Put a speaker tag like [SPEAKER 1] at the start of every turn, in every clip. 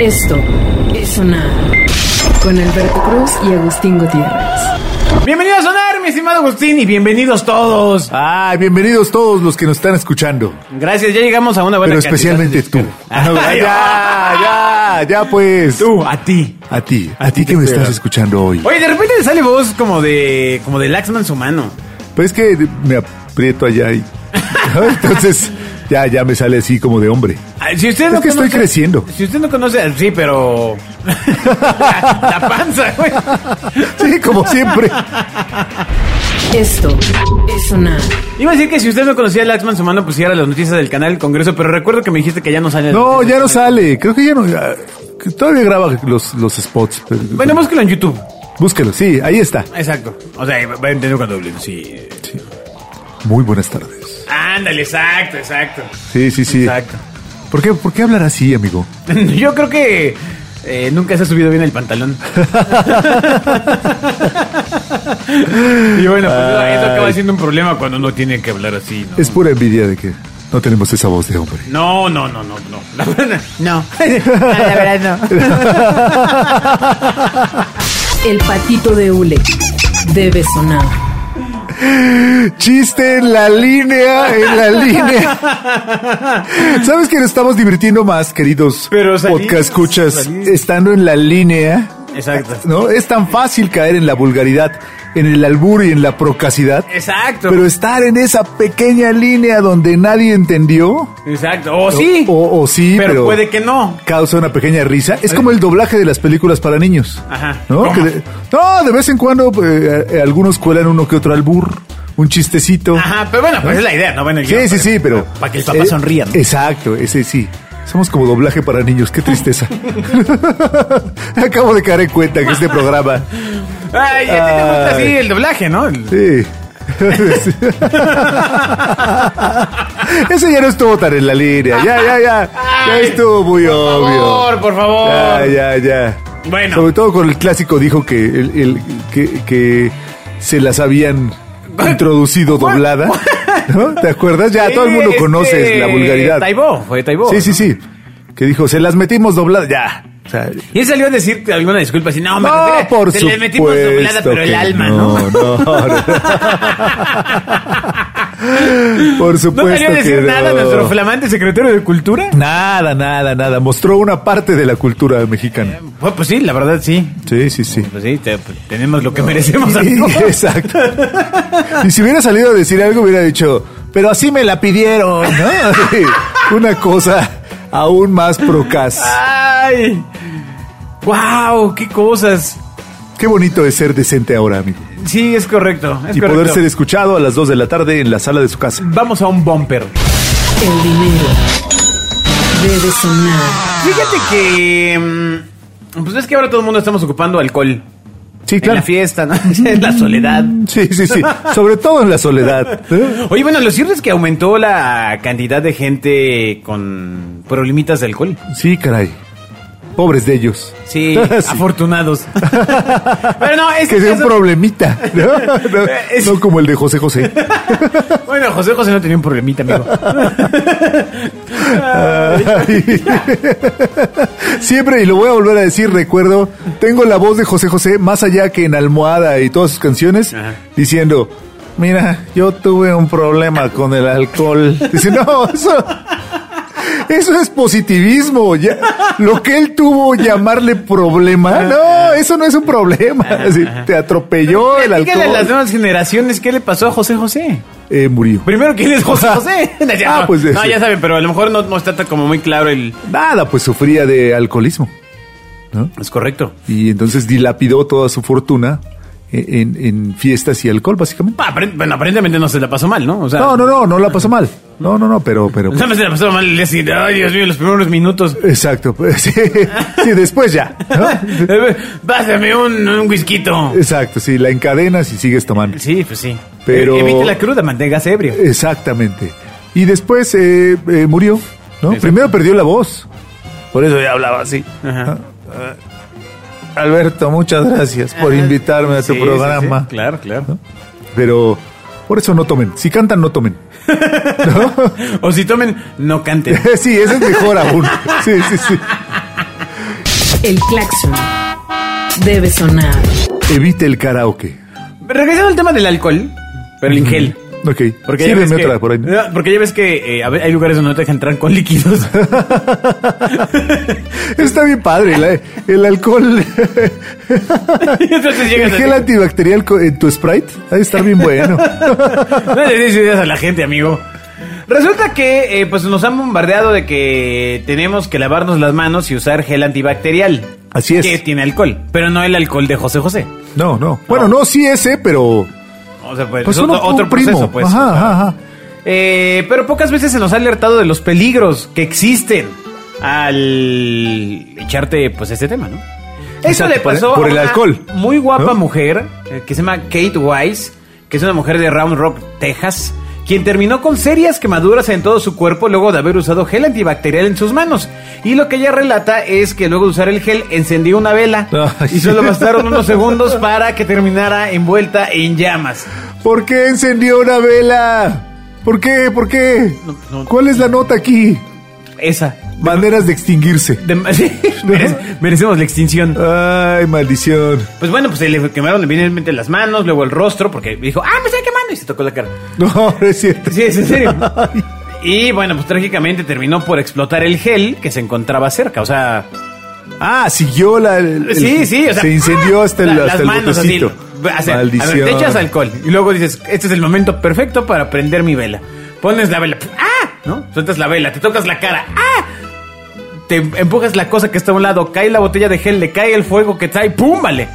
[SPEAKER 1] Esto es Sonar con Alberto Cruz y Agustín Gutiérrez.
[SPEAKER 2] Bienvenidos a Sonar, mi estimado Agustín, y bienvenidos todos.
[SPEAKER 3] Ay, bienvenidos todos los que nos están escuchando,
[SPEAKER 2] Gracias, ya llegamos a una buena
[SPEAKER 3] pero
[SPEAKER 2] cantidad
[SPEAKER 3] especialmente
[SPEAKER 2] de-
[SPEAKER 3] tú. Ah, no, ya, ya, ya pues.
[SPEAKER 2] Tú, a ti.
[SPEAKER 3] A ti, a ti
[SPEAKER 2] te
[SPEAKER 3] que me
[SPEAKER 2] espera.
[SPEAKER 3] estás escuchando hoy.
[SPEAKER 2] Oye, de repente sale voz como de como de Laxman humano.
[SPEAKER 3] Pues es que me aprieto allá y... Entonces, ya, ya me sale así como de hombre.
[SPEAKER 2] Ah, Si usted
[SPEAKER 3] Es
[SPEAKER 2] no
[SPEAKER 3] que estoy
[SPEAKER 2] conoce-
[SPEAKER 3] creciendo.
[SPEAKER 2] Si usted no conoce, sí, pero la, la panza, güey.
[SPEAKER 3] Sí, como siempre.
[SPEAKER 1] Esto es Sonar.
[SPEAKER 2] Iba a decir que si usted no conocía a Laxman humano, pues sí era las noticias del canal del Congreso, pero recuerdo que me dijiste que ya no sale.
[SPEAKER 3] No, ya no sale. Creo que ya no... ya- que Todavía graba los, los spots. pero-
[SPEAKER 2] Bueno, búsquelo en YouTube.
[SPEAKER 3] búsquelo. Sí, ahí está.
[SPEAKER 2] Exacto. O sea, va a entender cuando hablen. Sí.
[SPEAKER 3] Muy buenas tardes.
[SPEAKER 2] Ándale, exacto, exacto.
[SPEAKER 3] Sí, sí, sí.
[SPEAKER 2] Exacto.
[SPEAKER 3] ¿Por qué, ¿Por qué hablar así, amigo?
[SPEAKER 2] Yo creo que eh, nunca se ha subido bien el pantalón. y bueno, pues, eso acaba siendo un problema cuando uno tiene que hablar así, ¿no?
[SPEAKER 3] Es pura envidia de que no tenemos esa voz de hombre.
[SPEAKER 2] No, no, no, no, no. La verdad- no.
[SPEAKER 1] La verdad no. El patito de Ule debe sonar.
[SPEAKER 3] Chiste en la línea, en la línea. ¿Sabes que nos estamos divirtiendo más, queridos
[SPEAKER 2] Pero salimos,
[SPEAKER 3] podcast escuchas?
[SPEAKER 2] salimos.
[SPEAKER 3] Estando en la línea,
[SPEAKER 2] Exacto.
[SPEAKER 3] ¿no? Es tan fácil caer en la vulgaridad, en el albur y en la procacidad.
[SPEAKER 2] Exacto.
[SPEAKER 3] Pero estar en esa pequeña línea donde nadie entendió.
[SPEAKER 2] Exacto. O sí.
[SPEAKER 3] O, o sí,
[SPEAKER 2] pero,
[SPEAKER 3] pero,
[SPEAKER 2] puede que no.
[SPEAKER 3] causa una pequeña risa. Es como el doblaje de las películas para niños.
[SPEAKER 2] Ajá.
[SPEAKER 3] ¿No?
[SPEAKER 2] ¿Cómo?
[SPEAKER 3] Que de, no, de vez en cuando eh, eh, algunos cuelan uno que otro albur, un chistecito.
[SPEAKER 2] Ajá, pero bueno, pues es la idea, ¿no? Bueno,
[SPEAKER 3] Sí, sí, sí, pero...
[SPEAKER 2] Para que el papá
[SPEAKER 3] eh,
[SPEAKER 2] sonría, ¿no?
[SPEAKER 3] Exacto, ese sí. Somos como doblaje para niños, qué tristeza. Acabo de caer en cuenta que este programa...
[SPEAKER 2] Ay, a ti te gusta
[SPEAKER 3] Ay.
[SPEAKER 2] así el doblaje, ¿no? El-
[SPEAKER 3] Sí. Ese ya no estuvo tan en la línea. Ya, ya, ya. Ya
[SPEAKER 2] Ay,
[SPEAKER 3] estuvo muy
[SPEAKER 2] Por
[SPEAKER 3] obvio.
[SPEAKER 2] favor, por favor.
[SPEAKER 3] Ya, ya, ya.
[SPEAKER 2] Bueno.
[SPEAKER 3] Sobre todo con el clásico dijo que, el, el- que, que se las habían introducido doblada. ¿No? ¿Te acuerdas? Ya todo el mundo
[SPEAKER 2] Este,
[SPEAKER 3] conoce la vulgaridad.
[SPEAKER 2] Taibó, fue Taibó.
[SPEAKER 3] Sí, sí, sí. Que dijo, se las metimos dobladas. Ya. O sea,
[SPEAKER 2] Y él salió a decir alguna disculpa, así, no, Ah, me
[SPEAKER 3] no,
[SPEAKER 2] refiero-
[SPEAKER 3] por
[SPEAKER 2] se le
[SPEAKER 3] supuesto.
[SPEAKER 2] metimos doblada, pero el
[SPEAKER 3] que
[SPEAKER 2] alma, ¿no? No,
[SPEAKER 3] No, no. por supuesto
[SPEAKER 2] salió a decir
[SPEAKER 3] que
[SPEAKER 2] nada
[SPEAKER 3] no.
[SPEAKER 2] nuestro flamante secretario de Cultura.
[SPEAKER 3] Nada, nada, nada. Mostró una parte de la cultura mexicana.
[SPEAKER 2] Pues, pues sí, la verdad sí.
[SPEAKER 3] Sí, sí, sí.
[SPEAKER 2] Pues sí, te- tenemos lo que merecemos.
[SPEAKER 3] Sí,
[SPEAKER 2] amigo.
[SPEAKER 3] Exacto. Y si hubiera salido a decir algo, hubiera dicho, pero así me la pidieron, ¿no? Así, una cosa aún más procas.
[SPEAKER 2] ¡Ay! ¡Wow! ¡Qué cosas!
[SPEAKER 3] Qué bonito es ser decente ahora, amigo.
[SPEAKER 2] Sí, es correcto. Es
[SPEAKER 3] Y
[SPEAKER 2] correcto.
[SPEAKER 3] poder ser escuchado a las 2 de la tarde en la sala de su casa.
[SPEAKER 2] Vamos a un bumper.
[SPEAKER 1] El dinero debe sonar.
[SPEAKER 3] Ah.
[SPEAKER 2] Fíjate que. mm, Pues es que ahora todo el mundo estamos ocupando alcohol.
[SPEAKER 3] Sí,
[SPEAKER 2] En la
[SPEAKER 3] claro. Mm,
[SPEAKER 2] fiesta, ¿no? en la soledad.
[SPEAKER 3] Sí, sí, sí. Sobre todo en la soledad. ¿eh?
[SPEAKER 2] Oye, bueno, lo cierto es que aumentó la cantidad de gente con problemitas de alcohol.
[SPEAKER 3] Sí, caray. Pobres de ellos.
[SPEAKER 2] Sí,
[SPEAKER 3] Sí.
[SPEAKER 2] afortunados. Pero no, es
[SPEAKER 3] Que sea un problemita. ¿no? No,
[SPEAKER 2] Es-
[SPEAKER 3] no como el de José José.
[SPEAKER 2] Bueno, José José no tenía un problemita, amigo.
[SPEAKER 3] Ay. Siempre, y lo voy a volver a decir, recuerdo, tengo la voz de José José, más allá que en Almohada y todas sus canciones,
[SPEAKER 2] Ajá.
[SPEAKER 3] diciendo, mira, yo tuve un problema con el alcohol. Dice, no, eso... Eso es positivismo. Ya, lo que él tuvo llamarle problema, no, eso no es un problema. Así, te atropelló el
[SPEAKER 2] Dígale a las
[SPEAKER 3] alcohol.
[SPEAKER 2] nuevas generaciones qué le pasó a José José.
[SPEAKER 3] Eh, murió.
[SPEAKER 2] Primero, ¿quién es José José?
[SPEAKER 3] Ah,
[SPEAKER 2] no,
[SPEAKER 3] pues,
[SPEAKER 2] no,
[SPEAKER 3] sí.
[SPEAKER 2] ya saben, pero a lo mejor no, no está tan como muy claro el...
[SPEAKER 3] Nada, pues sufría de alcoholismo.
[SPEAKER 2] Es correcto.
[SPEAKER 3] Y entonces dilapidó toda su fortuna eh, en, en- en fiestas y alcohol, básicamente.
[SPEAKER 2] Pa, apre- Bueno, aparentemente no se la pasó mal, ¿no? O sea,
[SPEAKER 3] No, no, no, no la pasó mal. No, no, no, pero... pero
[SPEAKER 2] O sea, no se la pasó mal el día siguiente. Ay, Dios mío, los primeros minutos.
[SPEAKER 3] exacto. pues, sí, sí, después ya. ¿no?
[SPEAKER 2] Pásame un, un whisky.
[SPEAKER 3] Exacto, sí, la encadenas y sigues tomando.
[SPEAKER 2] Sí, pues sí.
[SPEAKER 3] Pero- Eh,
[SPEAKER 2] Evite la cruda, manténgase ebrio.
[SPEAKER 3] Exactamente. Y después eh, eh, murió, ¿no?
[SPEAKER 2] Exacto.
[SPEAKER 3] Primero perdió la voz. Por eso ya hablaba así.
[SPEAKER 2] Ajá.
[SPEAKER 3] Alberto, muchas gracias por invitarme a tu
[SPEAKER 2] Sí, sí,
[SPEAKER 3] programa.
[SPEAKER 2] sí. Claro, claro.
[SPEAKER 3] Pero por eso no tomen. Si cantan, no tomen.
[SPEAKER 2] O si tomen, no canten.
[SPEAKER 3] Sí, ese es mejor aún. Sí, sí, sí.
[SPEAKER 1] El claxon debe sonar.
[SPEAKER 3] Evite el karaoke.
[SPEAKER 2] Regresando al tema del alcohol, pero el ingel.
[SPEAKER 3] Ok.
[SPEAKER 2] Porque ya, ves
[SPEAKER 3] Sírveme
[SPEAKER 2] que,
[SPEAKER 3] otra por ahí.
[SPEAKER 2] No, porque ya ves que eh, a ver, hay lugares donde no te dejan entrar con líquidos.
[SPEAKER 3] Está bien padre. la- el alcohol.
[SPEAKER 2] Entonces
[SPEAKER 3] El
[SPEAKER 2] llegas
[SPEAKER 3] gel
[SPEAKER 2] a...
[SPEAKER 3] antibacterial co- en tu Sprite. Ha de estar bien bueno.
[SPEAKER 2] No le des ideas a la gente, amigo. Resulta que eh, pues nos han bombardeado de que tenemos que lavarnos las manos y usar gel antibacterial.
[SPEAKER 3] Así es.
[SPEAKER 2] Que tiene alcohol, pero no el alcohol de José José.
[SPEAKER 3] No, no. Bueno, no, sí ese, pero.
[SPEAKER 2] O sea, pues,
[SPEAKER 3] Pues
[SPEAKER 2] es
[SPEAKER 3] uno
[SPEAKER 2] otro, otro
[SPEAKER 3] primo.
[SPEAKER 2] proceso, pues.
[SPEAKER 3] Ajá, ajá, ajá.
[SPEAKER 2] Eh, pero pocas veces se nos ha alertado de los peligros que existen al echarte, pues, este tema, ¿no? Eso
[SPEAKER 3] Exacto,
[SPEAKER 2] le
[SPEAKER 3] por-
[SPEAKER 2] pasó
[SPEAKER 3] por
[SPEAKER 2] a
[SPEAKER 3] el
[SPEAKER 2] una
[SPEAKER 3] alcohol,
[SPEAKER 2] Muy guapa
[SPEAKER 3] ¿no?
[SPEAKER 2] mujer eh, que se llama Kate Wise, que es una mujer de Round Rock, Texas, quien terminó con serias quemaduras en todo su cuerpo luego de haber usado gel antibacterial en sus manos. Y lo que ella relata es que luego de usar el gel encendió una vela
[SPEAKER 3] Ay.
[SPEAKER 2] y solo bastaron unos segundos para que terminara envuelta en llamas.
[SPEAKER 3] ¿Por qué encendió una vela? ¿Por qué? ¿Por qué?
[SPEAKER 2] No, no.
[SPEAKER 3] ¿Cuál es la nota aquí?
[SPEAKER 2] Esa.
[SPEAKER 3] Maneras de extinguirse.
[SPEAKER 2] De- sí, merece- merecemos la extinción.
[SPEAKER 3] Ay, maldición.
[SPEAKER 2] Pues bueno, pues se le quemaron evidentemente las manos, luego el rostro, porque dijo, ah, me está quemando, y se tocó la cara.
[SPEAKER 3] No, no es cierto.
[SPEAKER 2] Sí, es en serio. Y bueno, pues trágicamente terminó por explotar el gel que se encontraba cerca, o sea...
[SPEAKER 3] Ah, siguió la. el- el-
[SPEAKER 2] sí, sí, o sea...
[SPEAKER 3] se incendió hasta el,
[SPEAKER 2] la-
[SPEAKER 3] hasta el
[SPEAKER 2] así,
[SPEAKER 3] botecito.
[SPEAKER 2] así, a ver,
[SPEAKER 3] Maldición.
[SPEAKER 2] te echas alcohol y luego dices, este es el momento perfecto para prender mi vela. Pones la vela, ¡ah! ¿No? Sueltas la vela, te tocas la cara, ¡ah! Te empujas la cosa que está a un lado, cae la botella de gel, le cae el fuego que trae, ¡pum! Vale.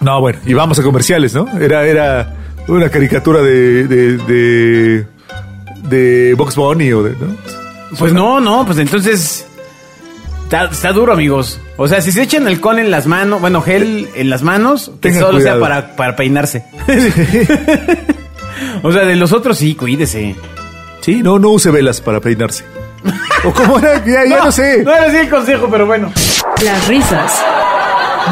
[SPEAKER 3] No, bueno, y vamos a comerciales, ¿no? Era, era una caricatura de. de. de. de Box Bunny o de. ¿no?
[SPEAKER 2] Pues no, no, pues entonces. Está, está duro, amigos. O sea, si se echan alcohol en las manos, bueno, gel en las manos, que
[SPEAKER 3] Tengan
[SPEAKER 2] solo
[SPEAKER 3] cuidado.
[SPEAKER 2] sea para, para peinarse. o sea, de los otros sí, cuídese.
[SPEAKER 3] Sí, no, no use velas para peinarse. o como era, ya, ya no, sé.
[SPEAKER 2] No era así el consejo, pero bueno.
[SPEAKER 1] Las risas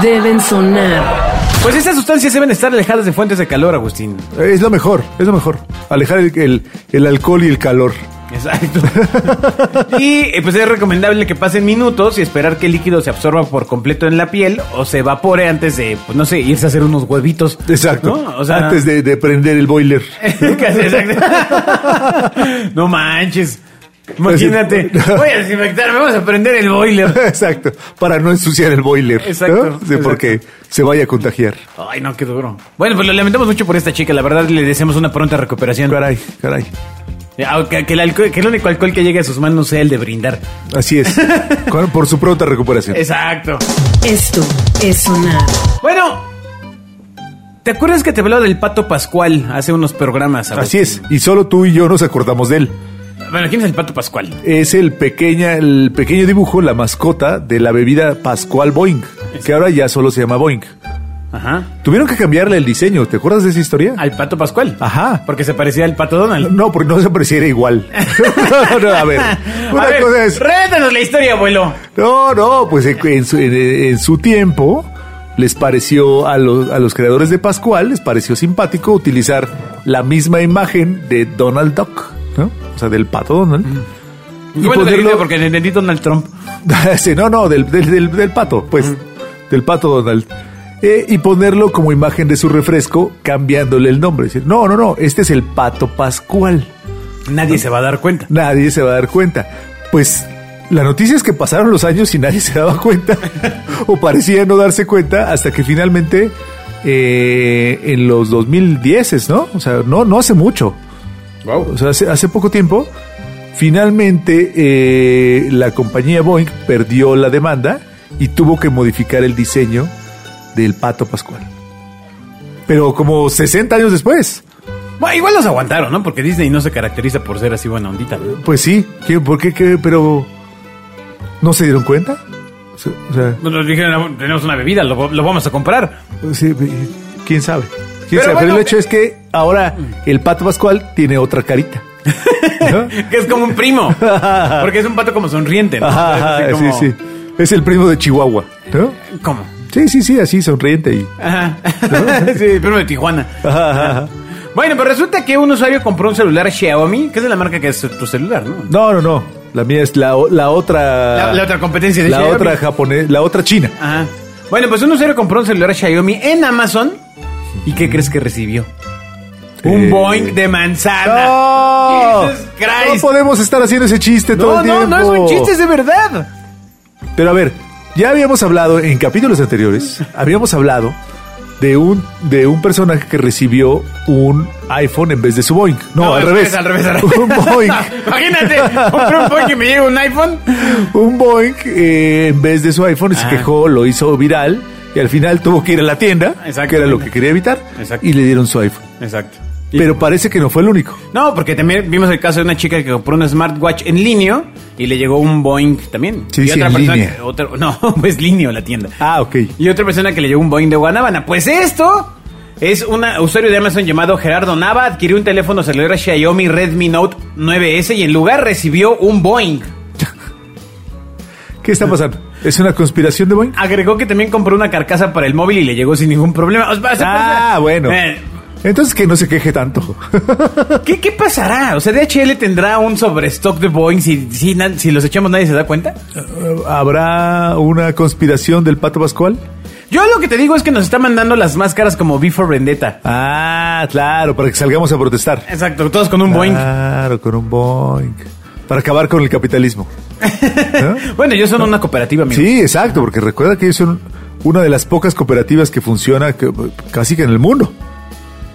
[SPEAKER 1] deben sonar.
[SPEAKER 2] Pues estas sustancias deben estar alejadas de fuentes de calor, Agustín.
[SPEAKER 3] Es lo mejor, es lo mejor. Alejar el, el- el alcohol y el calor.
[SPEAKER 2] Exacto. y eh, pues es recomendable que pasen minutos y esperar que el líquido se absorba por completo en la piel o se evapore antes de, pues no sé, irse a hacer unos huevitos.
[SPEAKER 3] Exacto.
[SPEAKER 2] ¿no? O sea,
[SPEAKER 3] Antes de, de prender el boiler.
[SPEAKER 2] Casi, exacto. no manches.
[SPEAKER 3] Pues,
[SPEAKER 2] Imagínate.
[SPEAKER 3] Así-
[SPEAKER 2] Voy a desinfectar, vamos a prender el boiler.
[SPEAKER 3] Exacto. Para no ensuciar el boiler.
[SPEAKER 2] Exacto,
[SPEAKER 3] ¿no? Sí, porque se vaya a contagiar.
[SPEAKER 2] Ay, no, qué duro. Bueno, pues lo lamentamos mucho por esta chica. La verdad, le deseamos una pronta recuperación.
[SPEAKER 3] Caray, caray.
[SPEAKER 2] Aunque- Eh, ah, que, el alcohol- que el único alcohol que llegue a sus manos sea el de brindar.
[SPEAKER 3] Así es. Con- Por su pronta recuperación.
[SPEAKER 2] Exacto.
[SPEAKER 1] Esto es sonar.
[SPEAKER 2] Bueno, ¿te acuerdas que te hablaba del pato Pascual hace unos programas?
[SPEAKER 3] Así
[SPEAKER 2] Agustín?
[SPEAKER 3] es. Y solo tú y yo nos acordamos de él.
[SPEAKER 2] Bueno, ¿quién es el pato Pascual?
[SPEAKER 3] es el pequeña, el pequeño dibujo, la mascota de la bebida Pascual Boing, que ahora ya solo se llama Boing.
[SPEAKER 2] Ajá.
[SPEAKER 3] Tuvieron que cambiarle el diseño, ¿te acuerdas de esa historia?
[SPEAKER 2] Al pato Pascual.
[SPEAKER 3] Ajá.
[SPEAKER 2] Porque se parecía al pato Donald.
[SPEAKER 3] No, porque no se pareciera igual. no, no, a ver. Una
[SPEAKER 2] a ver,
[SPEAKER 3] cosa es.
[SPEAKER 2] rétanos la historia, abuelo.
[SPEAKER 3] No, no, pues en, en su, en- en su tiempo les pareció a los, a los creadores de Pascual, les pareció simpático utilizar la misma imagen de Donald Duck, ¿no? O sea, del pato Donald.
[SPEAKER 2] Mm. Y bueno, dijiste porque le entendí Donald Trump.
[SPEAKER 3] Sí, no, no, del, del, del- del pato, pues, del pato Donald. Eh, y ponerlo como imagen de su refresco, cambiándole el nombre. Decir, no, no, no, este es el pato Pascual.
[SPEAKER 2] Nadie se va a dar cuenta.
[SPEAKER 3] Nadie se va a dar cuenta. Pues la noticia es que pasaron los años y nadie se daba cuenta, o parecía no darse cuenta, hasta que finalmente eh, en los 2010, ¿no? O sea, no, no hace mucho. O sea, hace, hace poco tiempo, finalmente eh, la compañía Boeing perdió la demanda y tuvo que modificar el diseño del pato Pascual. Pero como 60 años después.
[SPEAKER 2] Bueno, igual los aguantaron, ¿no? Porque Disney no se caracteriza por ser así buena ondita. ¿no?
[SPEAKER 3] Pues sí, ¿qué, ¿por qué? qué? ¿Pero no se dieron cuenta? O sea, o sea,
[SPEAKER 2] Nos dijeron, "Ah, tenemos una bebida, lo, lo vamos a comprar.
[SPEAKER 3] sí, ¿quién sabe? ¿Quién
[SPEAKER 2] Pero
[SPEAKER 3] sabe? Pero
[SPEAKER 2] bueno, Mm.
[SPEAKER 3] el hecho es que ahora el pato Pascual tiene otra carita. ¿No?
[SPEAKER 2] Que es como un primo. Porque es un pato como sonriente, ¿no?
[SPEAKER 3] Ajá,
[SPEAKER 2] Es así
[SPEAKER 3] ajá, sí,
[SPEAKER 2] como-
[SPEAKER 3] sí. Es el primo de Chihuahua, ¿no?
[SPEAKER 2] ¿Cómo?
[SPEAKER 3] Sí, sí, sí, así sonriente y...
[SPEAKER 2] Ajá. sí, el primo de Tijuana.
[SPEAKER 3] Ajá, ajá, ajá.
[SPEAKER 2] Bueno, pero resulta que un usuario compró un celular Xiaomi, que es de la marca que es tu celular, ¿no?
[SPEAKER 3] No, no, no. La mía es la, o- la otra.
[SPEAKER 2] La- la otra competencia de
[SPEAKER 3] La
[SPEAKER 2] Xiaomi.
[SPEAKER 3] otra japonesa. La otra china.
[SPEAKER 2] Ajá. Bueno, pues un usuario compró un celular Xiaomi en Amazon. ¿Y qué crees que recibió? Un
[SPEAKER 3] Eh.
[SPEAKER 2] Boeing de manzana.
[SPEAKER 3] ¡No!
[SPEAKER 2] Jesus Christ.
[SPEAKER 3] No podemos estar haciendo ese chiste todo
[SPEAKER 2] No,
[SPEAKER 3] el tiempo.
[SPEAKER 2] no, no es un chiste, es de verdad.
[SPEAKER 3] Pero a ver, ya habíamos hablado en capítulos anteriores, habíamos hablado de un, de un personaje que recibió un iPhone en vez de su Boeing. No, al, revés.
[SPEAKER 2] Al revés, al revés.
[SPEAKER 3] Un Boeing.
[SPEAKER 2] Imagínate, compré un Boeing y me llega un iPhone.
[SPEAKER 3] un Boeing eh, en vez de su iPhone y se
[SPEAKER 2] Ah.
[SPEAKER 3] quejó, lo hizo viral y al final tuvo que ir a la tienda,
[SPEAKER 2] Exactamente.
[SPEAKER 3] que era lo que quería evitar,
[SPEAKER 2] Exacto.
[SPEAKER 3] y le dieron su iPhone.
[SPEAKER 2] Exacto.
[SPEAKER 3] Pero parece que no fue el único.
[SPEAKER 2] No, porque también vimos el caso de una chica que compró un smartwatch en línea y le llegó un Boeing también.
[SPEAKER 3] Sí,
[SPEAKER 2] y
[SPEAKER 3] sí, en
[SPEAKER 2] persona
[SPEAKER 3] línea.
[SPEAKER 2] que- otra- no, pues línea la tienda.
[SPEAKER 3] Ah, ok.
[SPEAKER 2] Y otra persona que le llegó un Boeing de Guanábana. Pues esto es un usuario de Amazon llamado Gerardo Nava. Adquirió un teléfono celular Xiaomi Redmi Note 9S y en lugar recibió un Boeing.
[SPEAKER 3] ¿Qué está pasando? ¿Es una conspiración de Boeing?
[SPEAKER 2] Agregó que también compró una carcasa para el móvil y le llegó sin ningún problema. O sea,
[SPEAKER 3] Ah,
[SPEAKER 2] pasa-
[SPEAKER 3] bueno.
[SPEAKER 2] Eh,
[SPEAKER 3] Entonces que no se queje tanto.
[SPEAKER 2] ¿Qué, ¿Qué pasará? O sea, DHL tendrá un sobrestock de Boeing si, si, na- si los echamos nadie se da cuenta.
[SPEAKER 3] Eh, ¿Habrá una conspiración del Pato Pascual?
[SPEAKER 2] Yo lo que te digo es que nos está mandando las máscaras como Before Vendetta.
[SPEAKER 3] Ah, claro, para que salgamos a protestar.
[SPEAKER 2] Exacto, todos con un Boeing.
[SPEAKER 3] Claro, con un Boeing. Para acabar con el capitalismo. ¿No?
[SPEAKER 2] Bueno, yo son una cooperativa, amigo.
[SPEAKER 3] Sí, exacto, porque recuerda que ellos son una de las pocas cooperativas que funciona que- casi que en el mundo.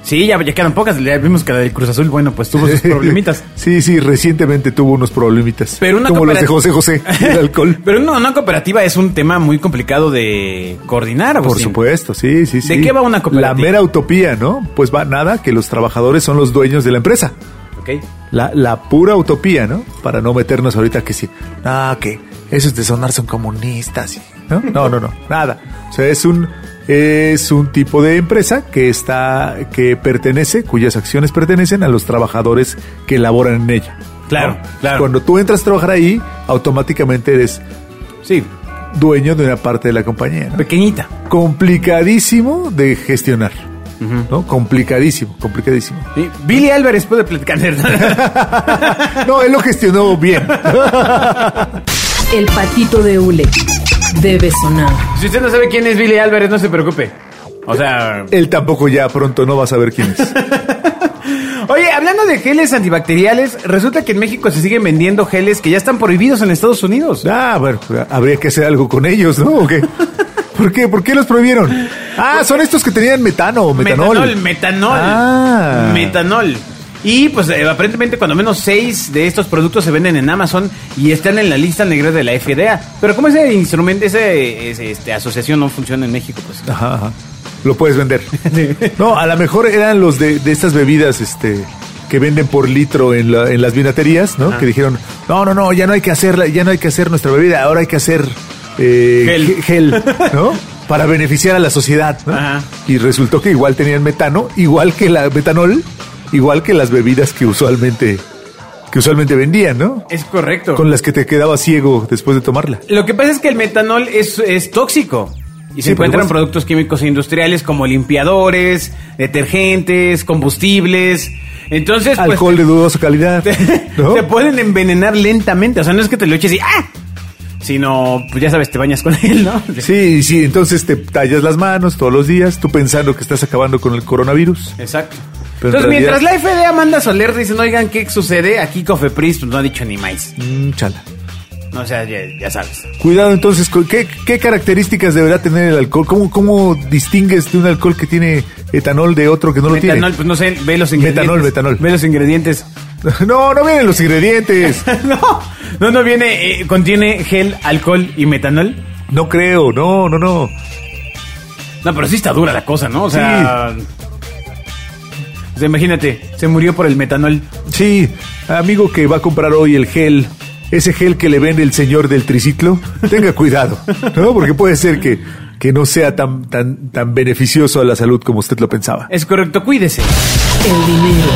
[SPEAKER 2] Sí, ya, ya quedan pocas. Ya vimos que la del Cruz Azul, bueno, pues tuvo sus problemitas.
[SPEAKER 3] Sí, sí, recientemente tuvo unos problemitas.
[SPEAKER 2] Pero una
[SPEAKER 3] como los de
[SPEAKER 2] cooperat-
[SPEAKER 3] José José, el alcohol.
[SPEAKER 2] Pero no, una cooperativa es un tema muy complicado de coordinar.
[SPEAKER 3] Por
[SPEAKER 2] Agustín.
[SPEAKER 3] supuesto, sí, sí, sí.
[SPEAKER 2] Pues qué va una cooperativa?
[SPEAKER 3] La mera utopía, ¿no? Pues va nada, que los trabajadores son los dueños de la empresa.
[SPEAKER 2] Ok.
[SPEAKER 3] La, la pura utopía, ¿no? Para no meternos ahorita que sí. Ah, que esos de sonar son comunistas. y- ¿no? no, no, no, nada. O sea, es un, es un tipo de empresa que está, que pertenece, cuyas acciones pertenecen a los trabajadores que laboran en ella. ¿no?
[SPEAKER 2] Claro, claro.
[SPEAKER 3] Cuando tú entras a trabajar ahí, automáticamente eres
[SPEAKER 2] Sí,
[SPEAKER 3] dueño de una parte de la compañía. ¿no?
[SPEAKER 2] pequeñita.
[SPEAKER 3] Complicadísimo de gestionar. ¿No? Complicadísimo, complicadísimo.
[SPEAKER 2] Sí, Billy Álvarez puede platicar.
[SPEAKER 3] No, él lo gestionó bien.
[SPEAKER 1] El patito de Ule debe sonar.
[SPEAKER 2] si usted no sabe quién es Billy Álvarez, no se preocupe. O sea,
[SPEAKER 3] Él tampoco ya pronto no va a saber quién es.
[SPEAKER 2] Oye, hablando de geles antibacteriales, resulta que en México se siguen vendiendo geles que ya están prohibidos en Estados Unidos.
[SPEAKER 3] Ah, bueno, habría que hacer algo con ellos, ¿no? ¿O qué? ¿Por qué? ¿Por qué los prohibieron? Ah, son estos que tenían metano o metanol.
[SPEAKER 2] metanol. Metanol.
[SPEAKER 3] Ah.
[SPEAKER 2] Metanol. Y pues eh, aparentemente cuando menos seis de estos productos se venden en Amazon y están en la lista negra de la FDA. Pero como ese instrumento, esa asociación no funciona en México, pues.
[SPEAKER 3] Ajá, ajá. Lo puedes vender. No, a lo mejor eran los de, de estas bebidas este, que venden por litro en, la- en las vinaterías, ¿no? Que dijeron, no, no, no, ya no hay que hacerla, ya no hay que hacer nuestra bebida, ahora hay que hacer eh,
[SPEAKER 2] Gel.
[SPEAKER 3] ge- gel, ¿no? Para beneficiar a la sociedad, ¿no?
[SPEAKER 2] Ajá.
[SPEAKER 3] Y resultó que igual tenían metano, igual que la metanol, igual que las bebidas que usualmente, que usualmente vendían, ¿no?
[SPEAKER 2] Es correcto.
[SPEAKER 3] Con las que te quedabas ciego después de tomarla.
[SPEAKER 2] Lo que pasa es que el metanol es, es tóxico. Y se
[SPEAKER 3] Sí, por
[SPEAKER 2] encuentran
[SPEAKER 3] supuesto.
[SPEAKER 2] productos químicos e industriales como limpiadores, detergentes, combustibles. Entonces, pues,
[SPEAKER 3] Alcohol de dudosa calidad.
[SPEAKER 2] te,
[SPEAKER 3] ¿no?
[SPEAKER 2] te pueden envenenar lentamente. O sea, no es que te lo eches y ¡ah! Sino, pues ya sabes, te bañas con él, ¿no?
[SPEAKER 3] Sí, sí, entonces te tallas las manos todos los días, tú pensando que estás acabando con el coronavirus.
[SPEAKER 2] Exacto.
[SPEAKER 3] Pero en
[SPEAKER 2] Entonces, mientras
[SPEAKER 3] realidad-
[SPEAKER 2] la FDA manda a Soler, dicen, oigan, ¿qué sucede? Aquí Cofepris pues, no ha dicho ni más.
[SPEAKER 3] Mm, chala.
[SPEAKER 2] No, o sea, ya, ya sabes.
[SPEAKER 3] Cuidado entonces, con- ¿qué, qué características deberá tener el alcohol? ¿Cómo, ¿Cómo distingues de un alcohol que tiene etanol de otro que no
[SPEAKER 2] metanol,
[SPEAKER 3] lo
[SPEAKER 2] pues no sé, ve los ingredientes.
[SPEAKER 3] Metanol, metanol.
[SPEAKER 2] Ve los ingredientes.
[SPEAKER 3] tiene? No, no vienen los ingredientes.
[SPEAKER 2] no, no, no viene, eh, contiene gel, alcohol y metanol.
[SPEAKER 3] No creo, no, no, no.
[SPEAKER 2] No, pero sí está dura la cosa, ¿no? O sea, o sea, imagínate, se murió por el metanol.
[SPEAKER 3] Sí, amigo que va a comprar hoy el gel, ese gel que le vende el señor del triciclo, tenga cuidado, ¿no? Porque puede ser que, que no sea tan, tan, tan beneficioso a la salud como usted lo pensaba.
[SPEAKER 2] Es correcto, cuídese.
[SPEAKER 1] El dinero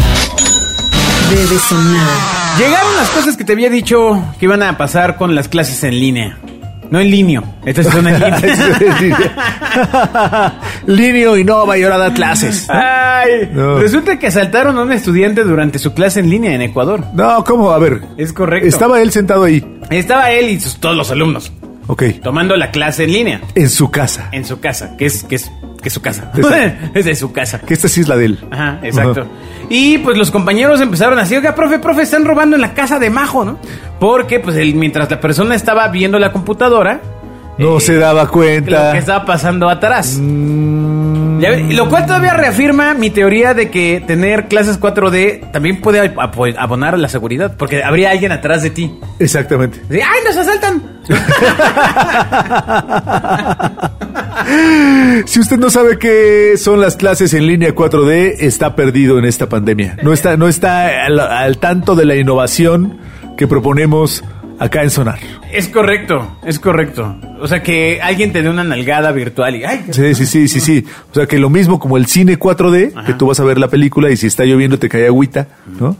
[SPEAKER 1] debe sonar.
[SPEAKER 2] Llegaron las cosas que te había dicho que iban a pasar con las clases en línea. No en línea, estas son en línea.
[SPEAKER 3] Es decir, Linio innova y ahora da clases.
[SPEAKER 2] Ay,
[SPEAKER 3] No.
[SPEAKER 2] resulta que asaltaron a un estudiante durante su clase en línea en Ecuador.
[SPEAKER 3] No, ¿cómo? A ver.
[SPEAKER 2] Es correcto.
[SPEAKER 3] Estaba él sentado ahí.
[SPEAKER 2] Estaba él y sus- todos los alumnos
[SPEAKER 3] Ok.
[SPEAKER 2] tomando la clase en línea
[SPEAKER 3] En su casa.
[SPEAKER 2] en su casa, que es que es que es su casa.
[SPEAKER 3] Exacto.
[SPEAKER 2] es de su casa.
[SPEAKER 3] Que esta sí es la de él.
[SPEAKER 2] Ajá, exacto.
[SPEAKER 3] Ajá.
[SPEAKER 2] Y pues los compañeros empezaron así, oiga, profe, profe, están robando en la casa de Majo, ¿no? Porque pues él, mientras la persona estaba viendo la computadora,
[SPEAKER 3] No
[SPEAKER 2] eh,
[SPEAKER 3] se daba
[SPEAKER 2] lo
[SPEAKER 3] cuenta.
[SPEAKER 2] que estaba pasando atrás. Ya ve- Lo cual todavía reafirma mi teoría de que tener clases 4D también puede apo- abonar a la seguridad, porque habría alguien atrás de ti.
[SPEAKER 3] Exactamente.
[SPEAKER 2] Sí, ¡Ay, nos asaltan!
[SPEAKER 3] Si usted no sabe qué son las clases en línea 4D, está perdido en esta pandemia. No está, no está al, al tanto de la innovación que proponemos acá en Sonar.
[SPEAKER 2] Es correcto, es correcto. O sea que alguien te dé una nalgada virtual y ¡ay!
[SPEAKER 3] Sí, sí, sí, sí, sí. O sea que lo mismo como el cine 4D,
[SPEAKER 2] Ajá.
[SPEAKER 3] que tú vas a ver la película y si está lloviendo te cae agüita, ¿no?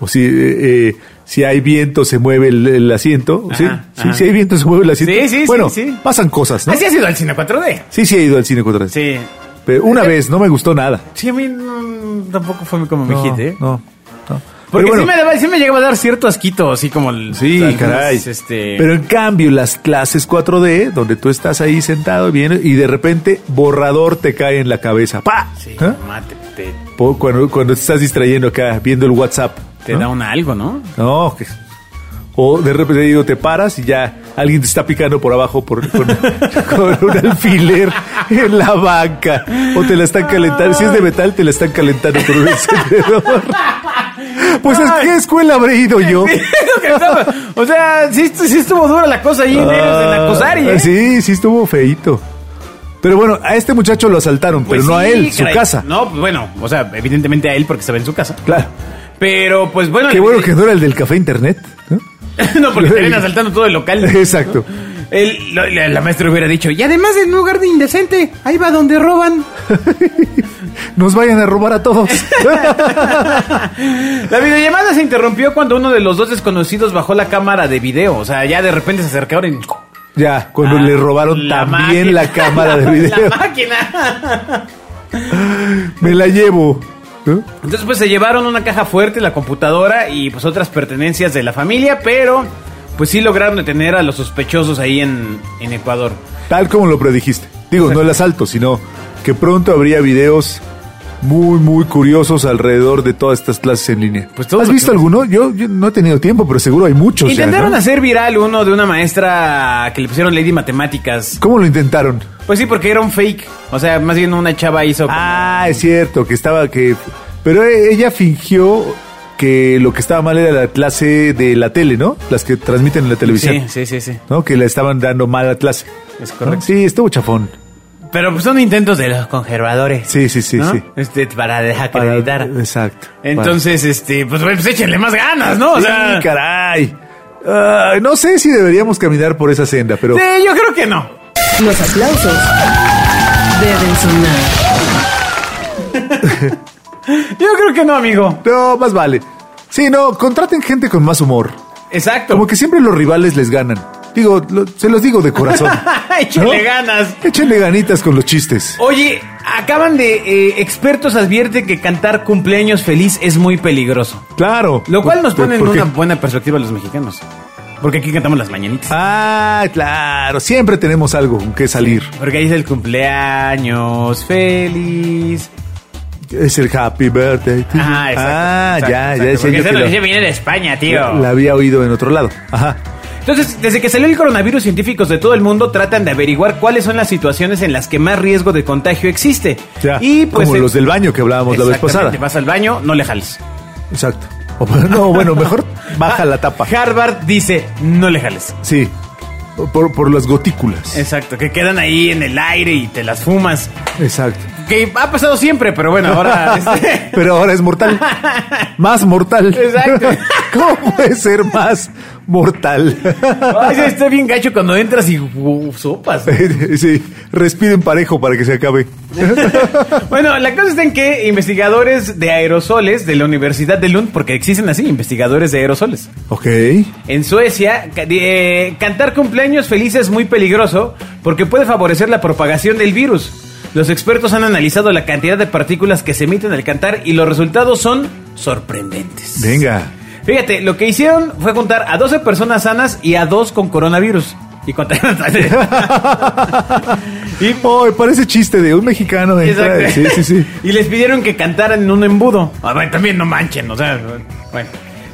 [SPEAKER 3] O si, eh, eh, si hay viento se mueve el, el asiento. ¿sí?
[SPEAKER 2] Ajá,
[SPEAKER 3] Sí,
[SPEAKER 2] ajá.
[SPEAKER 3] Si hay viento se mueve el asiento.
[SPEAKER 2] Sí, sí, sí,
[SPEAKER 3] bueno,
[SPEAKER 2] sí.
[SPEAKER 3] pasan cosas, ¿no?
[SPEAKER 2] Así ha sido el cine 4D.
[SPEAKER 3] Sí, sí he ido al cine 4D.
[SPEAKER 2] Sí.
[SPEAKER 3] Pero una vez no me gustó nada.
[SPEAKER 2] Sí, a mí no, tampoco fue como mi
[SPEAKER 3] No,
[SPEAKER 2] hit, ¿eh?
[SPEAKER 3] no, no.
[SPEAKER 2] Porque
[SPEAKER 3] Pero bueno.
[SPEAKER 2] sí, me daba- sí me llegaba a dar cierto asquito, así como el.
[SPEAKER 3] Sí,
[SPEAKER 2] algunos,
[SPEAKER 3] caray.
[SPEAKER 2] Este,
[SPEAKER 3] Pero en cambio, las clases 4D, donde tú estás ahí sentado bien, y de repente borrador te cae en la cabeza. ¡Pa!
[SPEAKER 2] sí,
[SPEAKER 3] ¿Eh?
[SPEAKER 2] mate, te,
[SPEAKER 3] Po- Cuando, cuando te estás distrayendo acá, viendo el WhatsApp.
[SPEAKER 2] te
[SPEAKER 3] ¿no?
[SPEAKER 2] da un algo, ¿no?
[SPEAKER 3] No, que- O de repente digo, te paras y ya alguien te está picando por abajo por, con, con un alfiler en la banca. O te la están calentando. Si es de metal, te la están calentando con un encendedor. Pues ¿a qué escuela habré ido yo?
[SPEAKER 2] Lo que estaba- o sea, sí, estu- sí estuvo dura la cosa ahí en, en la Cosari, ¿eh?
[SPEAKER 3] Ah, Sí, sí estuvo feito. Pero bueno, a este muchacho lo asaltaron,
[SPEAKER 2] Pues
[SPEAKER 3] pero no a
[SPEAKER 2] sí,
[SPEAKER 3] él, su
[SPEAKER 2] caray.
[SPEAKER 3] casa.
[SPEAKER 2] No, pues bueno, o sea, evidentemente a él porque estaba en su casa.
[SPEAKER 3] Claro.
[SPEAKER 2] Pero pues bueno.
[SPEAKER 3] Qué bueno que no era el del café internet. ¿no?
[SPEAKER 2] no, porque estarían asaltando todo el local.
[SPEAKER 3] Exacto.
[SPEAKER 2] El- lo- la, la maestra hubiera dicho, y además en un lugar de indecente, ahí va donde roban.
[SPEAKER 3] Nos vayan a robar a todos.
[SPEAKER 2] La videollamada se interrumpió cuando uno de los dos desconocidos bajó la cámara de video. O sea, ya de repente se acercaron y...
[SPEAKER 3] ya, cuando
[SPEAKER 2] Ah,
[SPEAKER 3] le robaron
[SPEAKER 2] la
[SPEAKER 3] también
[SPEAKER 2] máquina.
[SPEAKER 3] la cámara de video.
[SPEAKER 2] La máquina.
[SPEAKER 3] Me la llevo. ¿no?
[SPEAKER 2] Entonces, pues se llevaron una caja fuerte, la computadora y pues otras pertenencias de la familia, pero pues sí lograron detener a los sospechosos ahí en, en Ecuador.
[SPEAKER 3] Tal como lo predijiste. Digo, no el asalto, sino que pronto habría videos muy, muy curiosos alrededor de todas estas clases en línea.
[SPEAKER 2] Pues todo
[SPEAKER 3] ¿Has
[SPEAKER 2] lo que
[SPEAKER 3] visto
[SPEAKER 2] ves.
[SPEAKER 3] alguno? Yo, yo no he tenido tiempo, pero seguro hay muchos. ya,
[SPEAKER 2] Intentaron
[SPEAKER 3] ¿no?
[SPEAKER 2] hacer viral uno de una maestra que le pusieron Lady Matemáticas.
[SPEAKER 3] ¿Cómo lo intentaron?
[SPEAKER 2] Pues sí, porque era un fake. O sea, más bien una chava hizo... como-
[SPEAKER 3] Ah, es cierto, que estaba que... Pero e- ella fingió que lo que estaba mal era la clase de la tele, ¿no? Las que transmiten en la televisión.
[SPEAKER 2] sí, sí, sí, sí.
[SPEAKER 3] ¿No? Que le estaban dando mala clase.
[SPEAKER 2] Es correcto.
[SPEAKER 3] ¿No? Sí, estuvo chafón.
[SPEAKER 2] Pero pues son intentos de los conservadores.
[SPEAKER 3] Sí, sí, sí,
[SPEAKER 2] ¿no?
[SPEAKER 3] sí.
[SPEAKER 2] Este, para
[SPEAKER 3] Para-
[SPEAKER 2] desacreditar.
[SPEAKER 3] Exacto.
[SPEAKER 2] Entonces, este, pues, güey, pues échenle más ganas, ¿no? O
[SPEAKER 3] Para-
[SPEAKER 2] sea,
[SPEAKER 3] Sí, caray. Ah, no sé si deberíamos caminar por esa senda, pero...
[SPEAKER 2] sí, yo creo que no.
[SPEAKER 1] Los aplausos deben sonar.
[SPEAKER 2] Yo creo que no, amigo.
[SPEAKER 3] No, más vale. Sí, no, contraten gente con más humor.
[SPEAKER 2] Exacto.
[SPEAKER 3] Como que siempre los rivales les ganan. Digo, lo- se los digo de corazón.
[SPEAKER 2] Échenle
[SPEAKER 3] ¿No?
[SPEAKER 2] ganas.
[SPEAKER 3] Échenle ganitas con los chistes.
[SPEAKER 2] Oye, acaban de. eh, expertos advierten que cantar cumpleaños feliz es muy peligroso.
[SPEAKER 3] Claro.
[SPEAKER 2] Lo cual nos
[SPEAKER 3] ¿Por-
[SPEAKER 2] pone en
[SPEAKER 3] por qué?
[SPEAKER 2] una buena perspectiva a los mexicanos. Porque aquí cantamos las mañanitas.
[SPEAKER 3] Ah, claro. Siempre tenemos algo con qué salir.
[SPEAKER 2] Porque ahí dice el cumpleaños feliz.
[SPEAKER 3] Es el happy birthday. to you.
[SPEAKER 2] Ajá, exacto.
[SPEAKER 3] Ah,
[SPEAKER 2] exacto,
[SPEAKER 3] ya,
[SPEAKER 2] exacto.
[SPEAKER 3] ya decía
[SPEAKER 2] Porque
[SPEAKER 3] yo
[SPEAKER 2] eso
[SPEAKER 3] que
[SPEAKER 2] lo
[SPEAKER 3] lo-
[SPEAKER 2] dice, viene de España, tío.
[SPEAKER 3] la había oído en otro lado. Ajá.
[SPEAKER 2] Entonces, desde que salió el coronavirus, científicos de todo el mundo tratan de averiguar cuáles son las situaciones en las que más riesgo de contagio existe.
[SPEAKER 3] Ya.
[SPEAKER 2] Y pues
[SPEAKER 3] Como
[SPEAKER 2] eh,
[SPEAKER 3] los del baño que hablábamos la vez pasada.
[SPEAKER 2] exactamente, vas al baño, no le jales.
[SPEAKER 3] Exacto. O- pues, no, bueno, mejor baja la tapa.
[SPEAKER 2] Harvard dice, no le jales.
[SPEAKER 3] Sí. Por, por las gotículas.
[SPEAKER 2] Exacto, que quedan ahí en el aire y te las fumas.
[SPEAKER 3] Exacto.
[SPEAKER 2] Que ha pasado siempre, pero bueno, ahora... este,
[SPEAKER 3] Pero ahora es mortal. Más mortal.
[SPEAKER 2] Exacto.
[SPEAKER 3] ¿Cómo puede ser más mortal?
[SPEAKER 2] ay, está bien gacho cuando entras y wow, sopas.
[SPEAKER 3] sí, respiren parejo para que se acabe.
[SPEAKER 2] Bueno, la cosa está en que investigadores de aerosoles de la Universidad de Lund, porque existen así, investigadores de aerosoles.
[SPEAKER 3] Ok.
[SPEAKER 2] En Suecia, ca- eh, cantar cumpleaños feliz es muy peligroso porque puede favorecer la propagación del virus. Los expertos han analizado la cantidad de partículas que se emiten al cantar y los resultados son sorprendentes.
[SPEAKER 3] Venga.
[SPEAKER 2] Fíjate, lo que hicieron fue juntar a 12 personas sanas y a dos con coronavirus. Y contaron.
[SPEAKER 3] Y parece chiste de un mexicano. entra-
[SPEAKER 2] Exacto.
[SPEAKER 3] sí, sí, sí.
[SPEAKER 2] Y les pidieron que cantaran en un embudo. A ver, Ah, también no manchen, o sea, bueno.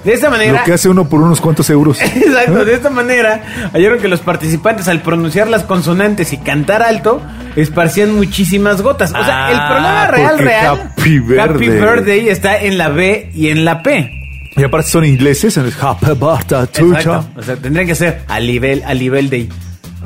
[SPEAKER 2] De esta manera.
[SPEAKER 3] Lo que hace ¿Eh? uno por unos cuantos euros.
[SPEAKER 2] Exacto, de esta manera hallaron que los participantes al pronunciar las consonantes y cantar alto esparcían muchísimas gotas. O sea,
[SPEAKER 3] Ah,
[SPEAKER 2] el problema real,
[SPEAKER 3] porque
[SPEAKER 2] real.
[SPEAKER 3] Happy
[SPEAKER 2] Happy
[SPEAKER 3] Birthday.
[SPEAKER 2] Birthday está en la B y en la P.
[SPEAKER 3] Y aparte son ingleses. En el Happy Birthday to you.
[SPEAKER 2] Exacto. O sea, tendrían que ser al nivel, al nivel de.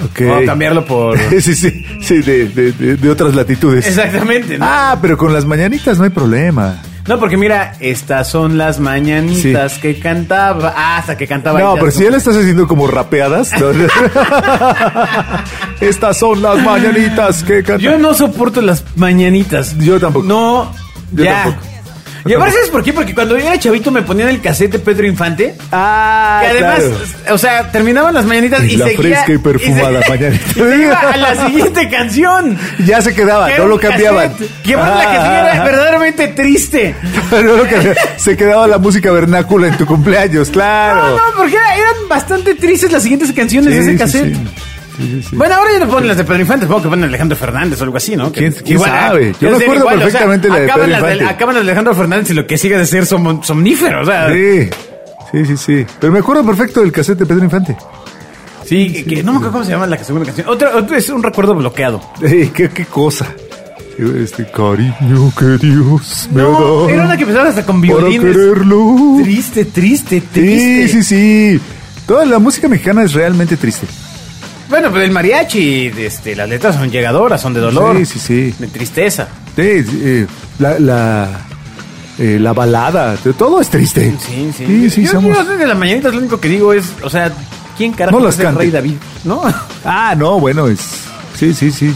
[SPEAKER 3] Ok.
[SPEAKER 2] O cambiarlo por.
[SPEAKER 3] sí, sí, sí, de, de- de- de otras latitudes.
[SPEAKER 2] Exactamente. ¿no?
[SPEAKER 3] Ah, pero con las mañanitas no hay problema.
[SPEAKER 2] No, porque mira, estas son las mañanitas que cantaba. Ah, hasta que cantaba.
[SPEAKER 3] No,
[SPEAKER 2] ella,
[SPEAKER 3] pero si ya le estás haciendo como rapeadas. no, no. Estas son las mañanitas que cantan.
[SPEAKER 2] Yo no soporto las mañanitas.
[SPEAKER 3] Yo tampoco.
[SPEAKER 2] No,
[SPEAKER 3] Yo
[SPEAKER 2] ya.
[SPEAKER 3] tampoco.
[SPEAKER 2] Y aparte, ¿sabes por qué? Porque cuando yo era chavito me ponían el casete Pedro Infante.
[SPEAKER 3] Ah,
[SPEAKER 2] que además,
[SPEAKER 3] claro.
[SPEAKER 2] o sea, terminaban las mañanitas y,
[SPEAKER 3] La
[SPEAKER 2] seguía.
[SPEAKER 3] fresca y
[SPEAKER 2] se-
[SPEAKER 3] perfumada mañanita.
[SPEAKER 2] y se iba a la siguiente canción.
[SPEAKER 3] Ya se quedaba,
[SPEAKER 2] Que era
[SPEAKER 3] no lo
[SPEAKER 2] un
[SPEAKER 3] cambiaban.
[SPEAKER 2] cassette, Que aparte la que
[SPEAKER 3] Ah,
[SPEAKER 2] seguía
[SPEAKER 3] ah,
[SPEAKER 2] era
[SPEAKER 3] ah.
[SPEAKER 2] verdaderamente triste.
[SPEAKER 3] No lo cambiaban. Se quedaba la música vernácula en tu cumpleaños,
[SPEAKER 2] No,
[SPEAKER 3] claro.
[SPEAKER 2] Ah, no, porque era- eran bastante tristes las siguientes canciones de
[SPEAKER 3] Sí,
[SPEAKER 2] ese
[SPEAKER 3] sí,
[SPEAKER 2] cassette.
[SPEAKER 3] sí. Sí, sí, sí.
[SPEAKER 2] Bueno, ahora ya no ponen las de Pedro Infante, supongo que ponen Alejandro Fernández o algo así, ¿no? Que-
[SPEAKER 3] ¿Quién- quién
[SPEAKER 2] ah,
[SPEAKER 3] sabe? Yo
[SPEAKER 2] es
[SPEAKER 3] me
[SPEAKER 2] de-
[SPEAKER 3] acuerdo
[SPEAKER 2] o sea,
[SPEAKER 3] perfectamente la de
[SPEAKER 2] acaban
[SPEAKER 3] Pedro
[SPEAKER 2] las del-
[SPEAKER 3] Infante.
[SPEAKER 2] acaban las de Alejandro Fernández y lo que sigue de ser som- somnífero, o sea. Sí,
[SPEAKER 3] Sí, sí, sí, sí. Pero me acuerdo perfecto del cassette de Pedro Infante.
[SPEAKER 2] que- que- no me acuerdo cómo se llama la segunda canción. Otra, otra es un recuerdo bloqueado.
[SPEAKER 3] Ey, qué, qué cosa. Este cariño que Dios me
[SPEAKER 2] No,
[SPEAKER 3] da.
[SPEAKER 2] era una que empezaba hasta con
[SPEAKER 3] para
[SPEAKER 2] violines.
[SPEAKER 3] quererlo.
[SPEAKER 2] Triste, triste, triste.
[SPEAKER 3] Sí, sí, sí. Toda la música mexicana es realmente triste.
[SPEAKER 2] Bueno, pero el mariachi, este, las letras son llegadoras, son de dolor.
[SPEAKER 3] Sí, sí, sí.
[SPEAKER 2] De tristeza.
[SPEAKER 3] Sí, eh, la, la, eh, la balada, de- todo es triste.
[SPEAKER 2] Sí, sí.
[SPEAKER 3] Sí, sí,
[SPEAKER 2] yo,
[SPEAKER 3] somos.
[SPEAKER 2] yo de las mañanitas lo único que digo es, o sea, ¿quién carajo
[SPEAKER 3] No las
[SPEAKER 2] es el
[SPEAKER 3] cante.
[SPEAKER 2] rey David? ¿No?
[SPEAKER 3] Ah, no, bueno, es. Sí, sí, sí.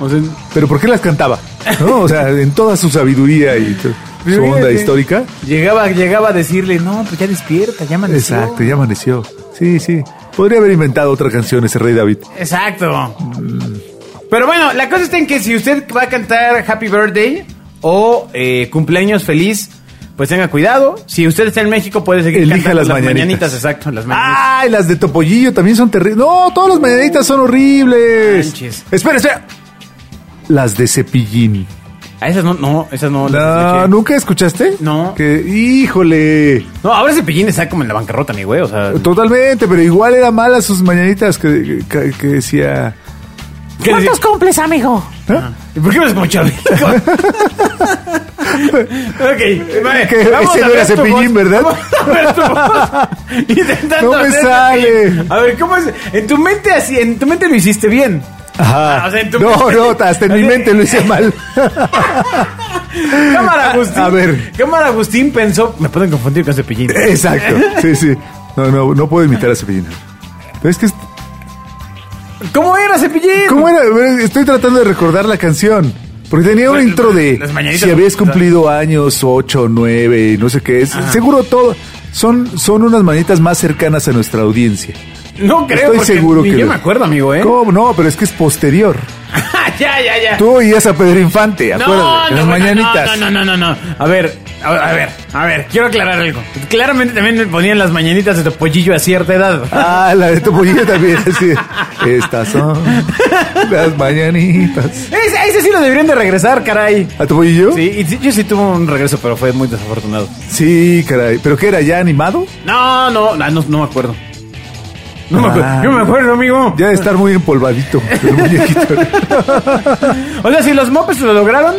[SPEAKER 2] O sea,
[SPEAKER 3] Pero ¿por qué las cantaba? ¿No? O sea, en toda su sabiduría y to- su onda
[SPEAKER 2] Fíjate.
[SPEAKER 3] histórica.
[SPEAKER 2] Llegaba, llegaba a decirle, no, pues ya despierta, ya amaneció".
[SPEAKER 3] Exacto, ya amaneció. Sí, sí. Podría haber inventado otra canción ese rey David.
[SPEAKER 2] Exacto. Pero bueno, la cosa está en que si usted va a cantar Happy Birthday o eh, Cumpleaños Feliz, pues tenga cuidado. Si usted está en México, puede seguir
[SPEAKER 3] Elija
[SPEAKER 2] cantando
[SPEAKER 3] las mañanitas.
[SPEAKER 2] Exacto, las mañanitas.
[SPEAKER 3] Ay, las de Topollillo también son terribles. No, todas las mañanitas son horribles.
[SPEAKER 2] Manches.
[SPEAKER 3] Espera, espera. Las de Cepillín.
[SPEAKER 2] A esas no, no, esas no. las
[SPEAKER 3] Ah. No,
[SPEAKER 2] escuché.
[SPEAKER 3] ¿Nunca escuchaste?
[SPEAKER 2] No.
[SPEAKER 3] Que, híjole.
[SPEAKER 2] No, ahora ese pillín está como en la bancarrota, mi güey. O sea,
[SPEAKER 3] Totalmente, pero igual era mala sus mañanitas que, que- que decía.
[SPEAKER 2] ¿qué decir?
[SPEAKER 4] cumples, amigo?
[SPEAKER 2] Ah. ¿Y ¿Por qué me es como Chabelo? ok, vale,
[SPEAKER 3] Que ese no
[SPEAKER 2] ver
[SPEAKER 3] era
[SPEAKER 2] tu voz.
[SPEAKER 3] Cepillín, ¿verdad?
[SPEAKER 2] Vamos a ver tu voz. Intentando
[SPEAKER 3] No me
[SPEAKER 2] hacer
[SPEAKER 3] sale.
[SPEAKER 2] A ver, ¿cómo es? En tu mente así, en tu mente lo hiciste bien.
[SPEAKER 3] Ajá.
[SPEAKER 2] Ah, o sea, en tu
[SPEAKER 3] no,
[SPEAKER 2] mente-
[SPEAKER 3] no, hasta en mi mente lo hice mal.
[SPEAKER 2] Cámara Agustín.
[SPEAKER 3] A ver.
[SPEAKER 2] Cámara Agustín pensó, me pueden confundir con Cepillín.
[SPEAKER 3] Exacto. Sí, sí. No, no, no puedo imitar a Cepillín. Pero es que. es-
[SPEAKER 2] ¿Cómo era Cepillín?
[SPEAKER 3] ¿Cómo era? Estoy tratando de recordar la canción. Porque tenía un
[SPEAKER 2] Las-
[SPEAKER 3] intro de.
[SPEAKER 2] las mañanitas
[SPEAKER 3] Si habías
[SPEAKER 2] son-
[SPEAKER 3] cumplido años, ocho, nueve, no sé qué es. Seguro todo. Son, son unas mañanitas más cercanas a nuestra audiencia.
[SPEAKER 2] No creo,
[SPEAKER 3] Estoy
[SPEAKER 2] porque
[SPEAKER 3] seguro
[SPEAKER 2] ni
[SPEAKER 3] que
[SPEAKER 2] yo
[SPEAKER 3] lo-
[SPEAKER 2] me acuerdo, amigo, ¿eh?
[SPEAKER 3] ¿Cómo? No, pero es que es posterior.
[SPEAKER 2] ya, ya, ya.
[SPEAKER 3] Tú oías a Pedro Infante,
[SPEAKER 2] No,
[SPEAKER 3] acuérdate. en las
[SPEAKER 2] no, bueno,
[SPEAKER 3] mañanitas.
[SPEAKER 2] No, no, no, no, no. A ver, a a ver, a ver, quiero aclarar algo. Claramente también me ponían las mañanitas de Topollillo a cierta edad.
[SPEAKER 3] Ah, la de Topollillo también. así. Estas son las mañanitas.
[SPEAKER 2] Ese, ese sí lo deberían de regresar, caray.
[SPEAKER 3] ¿A Topollillo?
[SPEAKER 2] Sí, y sí- yo sí tuve un regreso, pero fue muy desafortunado.
[SPEAKER 3] Sí, caray. ¿Pero qué era? ¿Ya animado?
[SPEAKER 2] No, no, ah, no, no, no me acuerdo. No me acuerdo,
[SPEAKER 3] Ah.
[SPEAKER 2] yo me acuerdo, amigo.
[SPEAKER 3] Ya de estar muy empolvadito. el muñequito.
[SPEAKER 2] O sea, si los mopes lo lograron.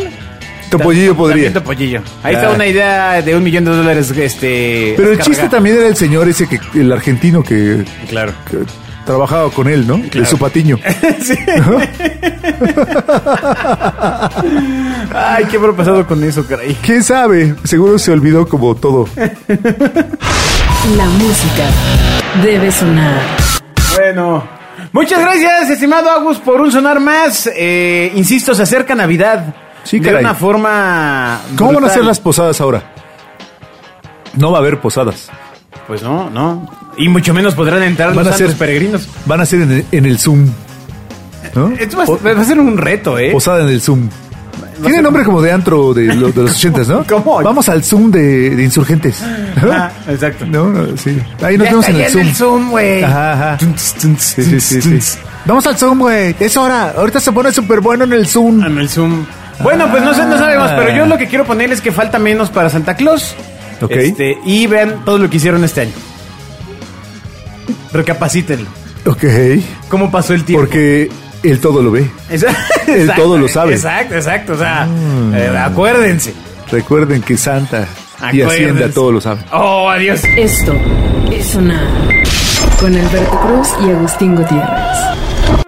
[SPEAKER 3] Topollillo
[SPEAKER 2] también
[SPEAKER 3] podría.
[SPEAKER 2] Topollillo. Ahí
[SPEAKER 3] Ah.
[SPEAKER 2] está una idea de un millón de dólares, este.
[SPEAKER 3] Pero el
[SPEAKER 2] descarga.
[SPEAKER 3] chiste también era el señor ese que, el argentino que,
[SPEAKER 2] Claro.
[SPEAKER 3] que trabajaba con él, ¿no? De su patiño.
[SPEAKER 2] Sí. Ay, qué habrá pasado con eso, caray.
[SPEAKER 3] ¿Quién sabe? Seguro se olvidó como todo.
[SPEAKER 1] La música debe sonar.
[SPEAKER 2] Bueno. Muchas gracias, estimado Agus, por un sonar más. Eh, insisto, se acerca Navidad.
[SPEAKER 3] Sí,
[SPEAKER 2] De
[SPEAKER 3] caray.
[SPEAKER 2] una forma.
[SPEAKER 3] ¿Cómo van a
[SPEAKER 2] brutal.
[SPEAKER 3] ser las posadas ahora? No va a haber posadas.
[SPEAKER 2] Pues no, no. Y mucho menos podrán entrar
[SPEAKER 3] Van
[SPEAKER 2] los
[SPEAKER 3] a ser
[SPEAKER 2] santos peregrinos.
[SPEAKER 3] Van a ser en el, en el Zoom. ¿no?
[SPEAKER 2] Eh, Esto va, a ser- va a ser un reto, ¿eh?
[SPEAKER 3] Posada en el Zoom. Tiene nombre como de antro de, lo- de los ochentas, ¿no?
[SPEAKER 2] ¿Cómo?
[SPEAKER 3] Vamos al Zoom de, de insurgentes. ¿no?
[SPEAKER 2] Ah, exacto.
[SPEAKER 3] No, no, sí. Ahí nos
[SPEAKER 2] Ya
[SPEAKER 3] vemos
[SPEAKER 2] está
[SPEAKER 3] en el
[SPEAKER 2] ahí
[SPEAKER 3] Zoom.
[SPEAKER 2] güey.
[SPEAKER 3] Ajá, ajá. Sí, sí, sí, sí. Vamos al Zoom, güey. Es hora. Ahorita se pone súper bueno en el Zoom.
[SPEAKER 2] En el Zoom. Bueno, pues no sé, no sabemos, pero yo lo que quiero poner es que falta menos para Santa Claus.
[SPEAKER 3] Ah. Ok.
[SPEAKER 2] Este, y vean todo lo que hicieron este año. Recapacítenlo.
[SPEAKER 3] Ok.
[SPEAKER 2] ¿Cómo pasó el tiempo?
[SPEAKER 3] Porque él todo lo ve.
[SPEAKER 2] Esa-
[SPEAKER 3] Él
[SPEAKER 2] exacto,
[SPEAKER 3] todo lo sabe. Mm.
[SPEAKER 2] Exacto, exacto. O sea, eh, acuérdense.
[SPEAKER 3] Recuerden que Santa y
[SPEAKER 2] acuérdense.
[SPEAKER 3] Hacienda todo lo saben.
[SPEAKER 2] Oh, adiós.
[SPEAKER 1] Esto es sonar con Alberto Cruz y Agustín Gutiérrez.